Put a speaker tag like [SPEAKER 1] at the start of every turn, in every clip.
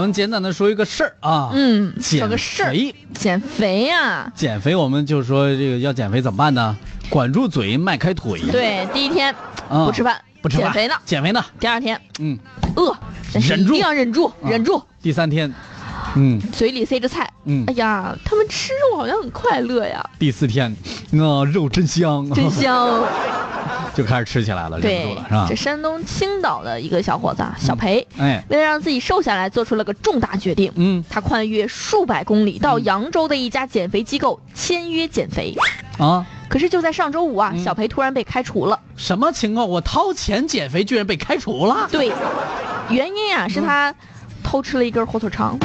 [SPEAKER 1] 能简短的说一个事儿啊，
[SPEAKER 2] 嗯，
[SPEAKER 1] 减
[SPEAKER 2] 说个事儿，
[SPEAKER 1] 肥
[SPEAKER 2] 减肥啊呀、
[SPEAKER 1] 减肥，我们就说这个要减肥怎么办呢？管住嘴，迈开腿。
[SPEAKER 2] 对，第一天
[SPEAKER 1] 嗯
[SPEAKER 2] 不吃饭，
[SPEAKER 1] 不吃
[SPEAKER 2] 减
[SPEAKER 1] 饭，
[SPEAKER 2] 肥呢。
[SPEAKER 1] 减肥呢，
[SPEAKER 2] 第二天
[SPEAKER 1] 嗯。
[SPEAKER 2] 饿，但是
[SPEAKER 1] 忍住
[SPEAKER 2] 一定要忍住，
[SPEAKER 1] 嗯
[SPEAKER 2] 忍住，
[SPEAKER 1] 第三天，嗯
[SPEAKER 2] 嘴里塞着菜。
[SPEAKER 1] 嗯
[SPEAKER 2] 哎。呀，他们吃肉好像很快 乐呀，
[SPEAKER 1] 第四天，那肉真香，
[SPEAKER 2] 真香。
[SPEAKER 1] 就开始吃起来了，忍不
[SPEAKER 2] 对
[SPEAKER 1] 住了，是吧
[SPEAKER 2] 这？山东青岛的一个小伙子啊小裴，
[SPEAKER 1] 哎，
[SPEAKER 2] 为了让自己瘦下来，做出了个重大决定。
[SPEAKER 1] 嗯
[SPEAKER 2] 他跨越数百公里到
[SPEAKER 1] 嗯
[SPEAKER 2] 扬州的一家减肥机构签约减肥，
[SPEAKER 1] 啊，
[SPEAKER 2] 可是就在上周五啊，
[SPEAKER 1] 嗯
[SPEAKER 2] 小裴突然被开除了。
[SPEAKER 1] 什么情况？我掏钱减肥，居然被开除了？
[SPEAKER 2] 对，原因啊是他偷吃了一根火腿肠。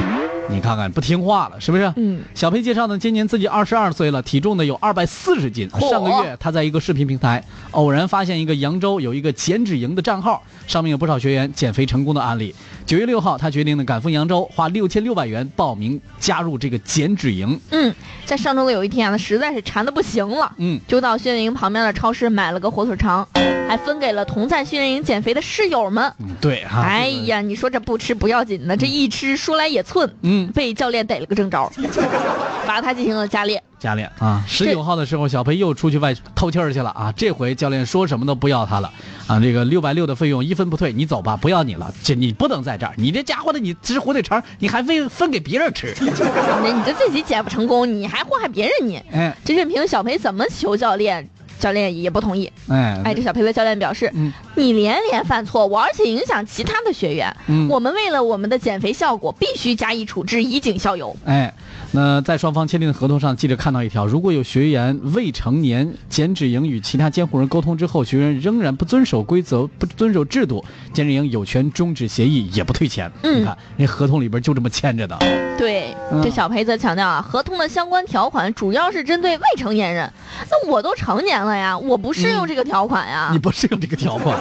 [SPEAKER 1] 你看看，不听话了，是不是？
[SPEAKER 2] 嗯，
[SPEAKER 1] 小裴介绍呢，今年自己二十二岁了，体重呢有二百四十斤。
[SPEAKER 2] 嚯
[SPEAKER 1] 上个月，他在一个视频平台偶然发现一个扬州有一个减脂营的账号，上面有不少学员减肥成功的案例。九月六号，他决定呢赶赴扬州，花六千六百元报名加入这个减脂营。
[SPEAKER 2] 嗯，在上周的有一天啊，他实在是馋的不行了，
[SPEAKER 1] 嗯，
[SPEAKER 2] 就到训练营旁边的超市买了个火腿肠，还分给了同在训练营减肥的室友们。
[SPEAKER 1] 嗯对哈、
[SPEAKER 2] 哎
[SPEAKER 1] 这个，
[SPEAKER 2] 呀，你说这不吃不要紧的，这一吃说来也寸，
[SPEAKER 1] 嗯，
[SPEAKER 2] 被教练逮了个正着，罚他进行了加练。
[SPEAKER 1] 教练啊，十九号的时候，小裴又出去外透气儿去了啊。这回教练说什么都不要他了啊，这个六百六的费用一分不退，你走吧，不要你了，这你不能在这儿，你这家伙的，你吃火腿肠，你还非分给别人吃，
[SPEAKER 2] 那你这自己减不成功，你还祸害别人你。
[SPEAKER 1] 哎
[SPEAKER 2] 这任凭小裴怎么求教练，教练也不同意。
[SPEAKER 1] 哎
[SPEAKER 2] 哎，这小裴的教练表示，
[SPEAKER 1] 嗯
[SPEAKER 2] 你连连犯错误，而且影响其他的学员，
[SPEAKER 1] 嗯
[SPEAKER 2] 我们为了我们的减肥效果，必须加以处置，以儆效尤。
[SPEAKER 1] 哎，那在双方签订的合同上，记者看到一条：如果有学员未成年减脂营与其他监护人沟通之后，学员仍然不遵守规则、不遵守制度，减脂营有权终止协议，也不退钱。
[SPEAKER 2] 嗯
[SPEAKER 1] 你看人合同里边就这么签着的。
[SPEAKER 2] 对，
[SPEAKER 1] 嗯
[SPEAKER 2] 这小裴则强调啊，合同的相关条款主要是针对未成年人。那我都成年了呀，我不适用这个条款呀。
[SPEAKER 1] 嗯你不适用这个条款。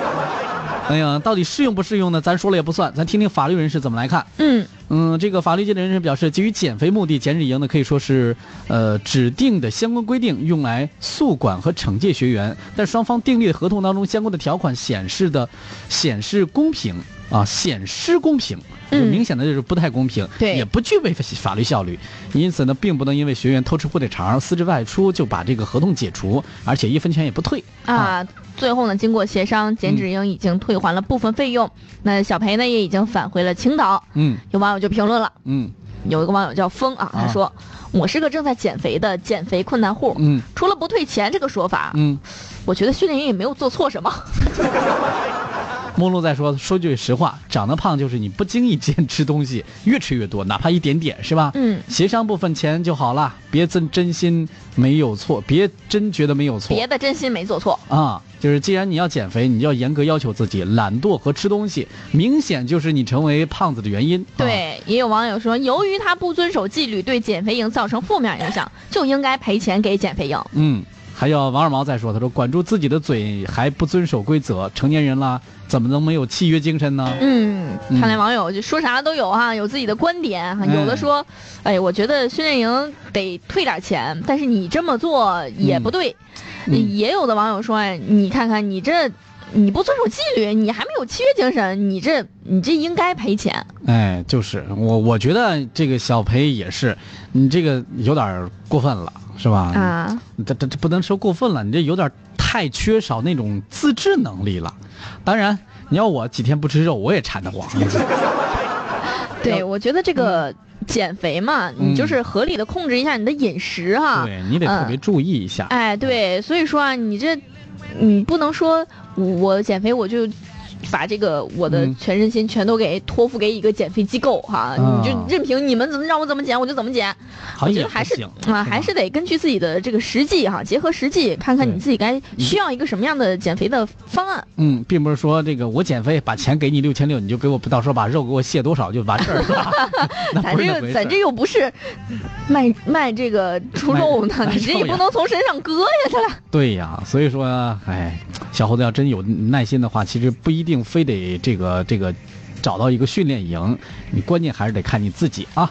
[SPEAKER 1] 哎呀，到底适用不适用呢？咱说了也不算，咱听听法律人士怎么来看。
[SPEAKER 2] 嗯
[SPEAKER 1] 嗯，这个法律界的人士表示，基于减肥目的，减脂营呢可以说是，呃，指定的相关规定用来宿管和惩戒学员，但双方订立的合同当中相关的条款显示的，显示公平啊，显示公平，
[SPEAKER 2] 嗯
[SPEAKER 1] 就明显的就是不太公平，
[SPEAKER 2] 对
[SPEAKER 1] 也不具备法律效率，因此呢，并不能因为学员偷吃火腿肠、私自外出就把这个合同解除，而且一分钱也不退
[SPEAKER 2] 啊。最后呢，经过协商，减
[SPEAKER 1] 嗯
[SPEAKER 2] 脂营已经退还了部分费用。那小裴呢，也已经返回了青岛。
[SPEAKER 1] 嗯
[SPEAKER 2] 有网友就评论了，
[SPEAKER 1] 嗯
[SPEAKER 2] 有一个网友叫风啊，他
[SPEAKER 1] 啊
[SPEAKER 2] 说：“我是个正在减肥的减肥困难户，
[SPEAKER 1] 嗯
[SPEAKER 2] 除了不退钱这个说法，
[SPEAKER 1] 嗯，
[SPEAKER 2] 我觉得训练营也没有做错什么。
[SPEAKER 1] 目录再说，说句实话，长得胖就是你不经意间吃东西，越吃越多，哪怕一点点，是吧？
[SPEAKER 2] 嗯，
[SPEAKER 1] 协商部分钱就好了，别真真心没有错，别真觉得没有错
[SPEAKER 2] 别的真心没做错。
[SPEAKER 1] 啊。就是既然你要减肥，你就要严格要求自己，懒惰和吃东西，明显就是你成为胖子的原因。啊，
[SPEAKER 2] 对，也有网友说，由于他不遵守纪律，对减肥营造成负面影响，就应该赔钱给减肥营。
[SPEAKER 1] 嗯。还有王二毛再说，他说管住自己的嘴，还不遵守规则，成年人啦，怎么能没有契约精神呢？
[SPEAKER 2] 嗯，
[SPEAKER 1] 嗯
[SPEAKER 2] 看来网友就说啥都有哈、有自己的观点哈，
[SPEAKER 1] 嗯
[SPEAKER 2] 有的说，哎，我觉得训练营得退点钱，但是你这么做也不对。
[SPEAKER 1] 嗯
[SPEAKER 2] 也有的网友说，哎，你看看你这，你不遵守纪律，你还没有契约精神，你这你这应该赔钱。
[SPEAKER 1] 哎，就是我，我觉得这个小裴也是，你这个有点儿过分了，是吧？
[SPEAKER 2] 啊，
[SPEAKER 1] 这这这不能说过分了，你这有点儿太缺少那种自制能力了。当然，你要我几天不吃肉，我也馋得慌。
[SPEAKER 2] 对，我觉得这个
[SPEAKER 1] 嗯
[SPEAKER 2] 减肥嘛，你就是合理的控制一下你的饮食哈、
[SPEAKER 1] 对你得特别注意一下。
[SPEAKER 2] 啊嗯哎，对，所以说啊，你这，你不能说我减肥我就。把这个我的
[SPEAKER 1] 嗯
[SPEAKER 2] 全身心全都给托付给一个减肥机构哈，
[SPEAKER 1] 啊
[SPEAKER 2] 你就任凭你们怎么让我怎么减我就怎么减，
[SPEAKER 1] 好
[SPEAKER 2] 我
[SPEAKER 1] 像
[SPEAKER 2] 觉
[SPEAKER 1] 也
[SPEAKER 2] 得
[SPEAKER 1] 不
[SPEAKER 2] 还是
[SPEAKER 1] 行
[SPEAKER 2] 啊
[SPEAKER 1] 吧
[SPEAKER 2] 还是得根据自己的这个实际哈，结合实际看看
[SPEAKER 1] 对
[SPEAKER 2] 你自己该需要一个什么样的减肥的方案。
[SPEAKER 1] 嗯，并不是说这个我减肥把钱给你六千六，你就给我到时候把肉给我卸多少就完事儿 了。那
[SPEAKER 2] 咱
[SPEAKER 1] 不
[SPEAKER 2] 这
[SPEAKER 1] 是那
[SPEAKER 2] 又
[SPEAKER 1] 回
[SPEAKER 2] 咱
[SPEAKER 1] 事
[SPEAKER 2] 这又不是卖卖这个猪
[SPEAKER 1] 卖
[SPEAKER 2] 肉呢，
[SPEAKER 1] 卖
[SPEAKER 2] 你这
[SPEAKER 1] 肉
[SPEAKER 2] 也不
[SPEAKER 1] 呀
[SPEAKER 2] 能从身上割呀，咱俩。
[SPEAKER 1] 对呀，所以说，哎，小伙子要真有耐心的话，其实不一定非得这个这个，找到一个训练营，你关键还是得看你自己啊。